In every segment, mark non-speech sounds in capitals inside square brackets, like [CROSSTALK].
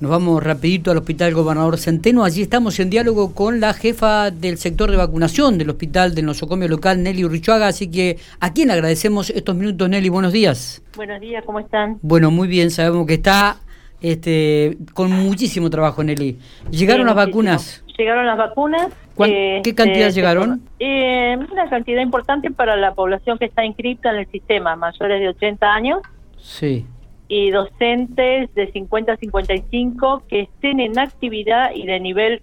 Nos vamos rapidito al Hospital Gobernador Centeno. Allí estamos en diálogo con la jefa del sector de vacunación del Hospital del Nosocomio Local, Nelly Urrichuaga. Así que a quien agradecemos estos minutos, Nelly. Buenos días. Buenos días, ¿cómo están? Bueno, muy bien. Sabemos que está este, con muchísimo trabajo, Nelly. ¿Llegaron Sí, las Eh, muchísimo. vacunas? Llegaron las vacunas. ¿Cuán- eh, qué cantidad este, llegaron? eh, una cantidad importante para la población que está inscrita en el sistema, mayores de 80 años Sí. y docentes de 50 a 55 que estén en actividad y de nivel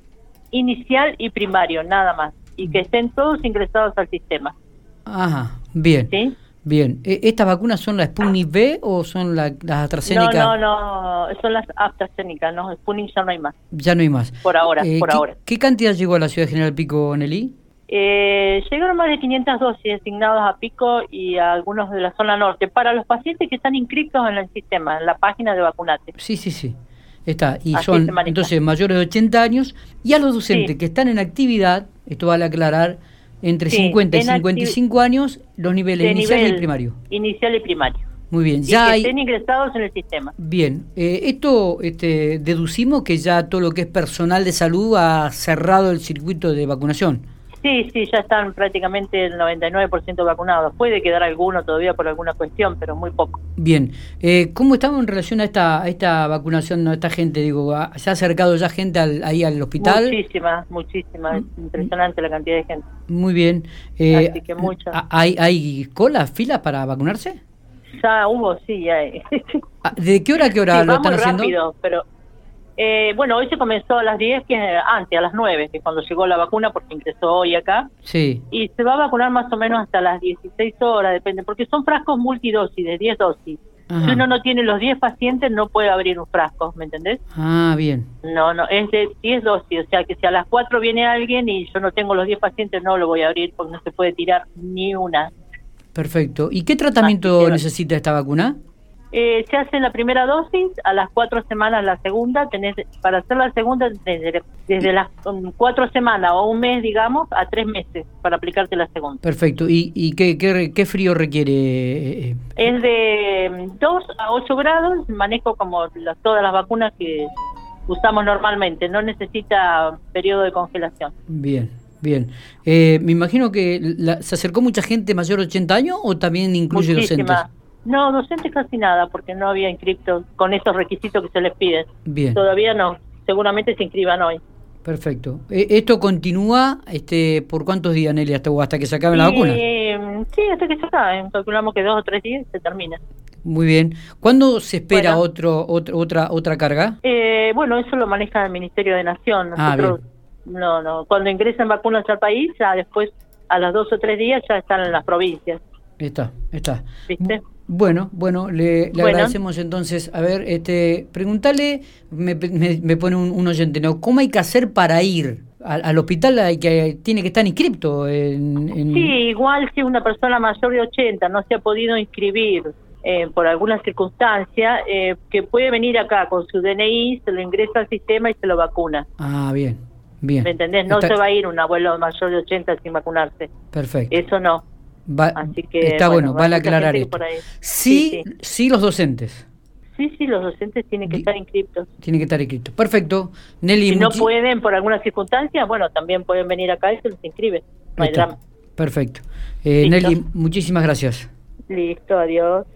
inicial y primario, nada más, y Mm. que estén todos ingresados al sistema. Ajá, bien. ¿sí? Bien. Eh, ¿Estas vacunas son la Sputnik V o son la- las AstraZeneca? No, no, no, son las AstraZeneca, no, Sputnik ya no hay más, Ya no hay más. por ahora, Eh, por ¿qué- ahora. ¿Qué cantidad llegó a la ciudad de General Pico, Nelly? Eh, llegaron más de 500 dosis asignadas a Pico y a algunos de la zona norte para los pacientes que están inscritos en el sistema, en la página de vacunate. Sí, sí, sí. Está. Y Así son se maneja. entonces mayores de 80 años y a los docentes Sí. que están en actividad, esto vale aclarar, entre Sí, 50 y en acti- 55 años, los niveles De inicial y nivel primario. Inicial y primario. Muy bien. Y Ya que hay. estén ingresados en el sistema. Bien, eh, esto este, deducimos que ya todo lo que es personal de salud ha cerrado el circuito de vacunación. Sí, sí, ya están prácticamente el 99% vacunados. Puede quedar alguno todavía por alguna cuestión, pero muy poco. Bien, eh, ¿cómo estamos en relación a esta, a esta vacunación, a esta gente? Digo, ¿ha- ¿se ha acercado ya gente al- ahí al hospital? Muchísimas, muchísimas. Es impresionante la cantidad de gente. Muy bien. Eh, Así que mucha. ¿ha- ¿Hay, hay colas, filas para vacunarse? Ya hubo, sí, ya. hay. [LAUGHS] Ah, ¿De qué hora a qué hora Sí, lo va muy están haciendo? rápido, pero eh, bueno, hoy se comenzó a las 10, que es antes, a las 9, que es cuando llegó la vacuna, porque ingresó hoy acá, Sí, y se va a vacunar más o menos hasta las 16 horas, depende, porque son frascos multidosis, de 10 dosis. Ajá. Si uno no tiene los 10 pacientes, no puede abrir un frasco, ¿me entendés? ah, bien. No, no, es de 10 dosis, o sea que si a las 4 viene alguien y yo no tengo los 10 pacientes, no lo voy a abrir porque no se puede tirar ni una. Perfecto. ¿Y qué tratamiento Así que- necesita esta vacuna? Eh, se hace la primera dosis, a las cuatro semanas la segunda, tenés, para hacer la segunda desde, desde las um, cuatro semanas o un mes, digamos, a tres meses para aplicarte la segunda. Perfecto. ¿Y, y qué, qué, re- qué frío requiere? eh, eh? Es de 2 a 8 grados, manejo como las- todas las vacunas que usamos normalmente, no necesita periodo de congelación. Bien, bien. Eh, me imagino que la- se acercó mucha gente mayor de 80 años o también incluye Muchísima. docentes. No, docentes casi nada, porque no había inscriptos con estos requisitos que se les piden. Bien, Todavía no, seguramente se inscriban hoy. perfecto. Eh, ¿Esto continúa este, por cuántos días, Nelly, hasta, o hasta que se acaben las vacunas? Eh, sí, hasta que se acaben. Calculamos que dos o tres días se termina. Muy bien. ¿Cuándo se espera Bueno. otro, otro- otra, otra carga? Eh, bueno, eso lo maneja el Ministerio de Nación. Ah, Nosotros, no, no. Cuando ingresan vacunas al país, ya después, a los dos o tres días, ya están en las provincias. Está, está. ¿Viste? Bu- Bueno, bueno, le, le Bueno. agradecemos entonces. A ver, este, preguntarle, me, me- me pone un, un oyente, ¿no? ¿Cómo hay que hacer para ir al, al hospital? Hay que, tiene que estar inscripto en... en- Sí, igual si una persona mayor de 80 no se ha podido inscribir eh, por alguna circunstancia, eh, que puede venir acá con su DNI, se lo ingresa al sistema y se lo vacuna. Ah, bien, bien. ¿Me entendés? No Está- se va a ir un abuelo mayor de 80 sin vacunarse. Perfecto. Eso no. Va- Así que, está bueno, bueno, vale hay mucha aclarar gente que esto. por ahí- Sí, Sí, sí, los docentes Sí, sí, los docentes tienen que Di- estar inscriptos. tienen que estar inscritos. Perfecto. Nelly, Si no muchi- pueden por alguna circunstancia, bueno, también pueden venir acá y se los inscribe. No hay Está, drama. Perfecto. Eh, Listo. Nelly, muchísimas gracias. Listo, adiós.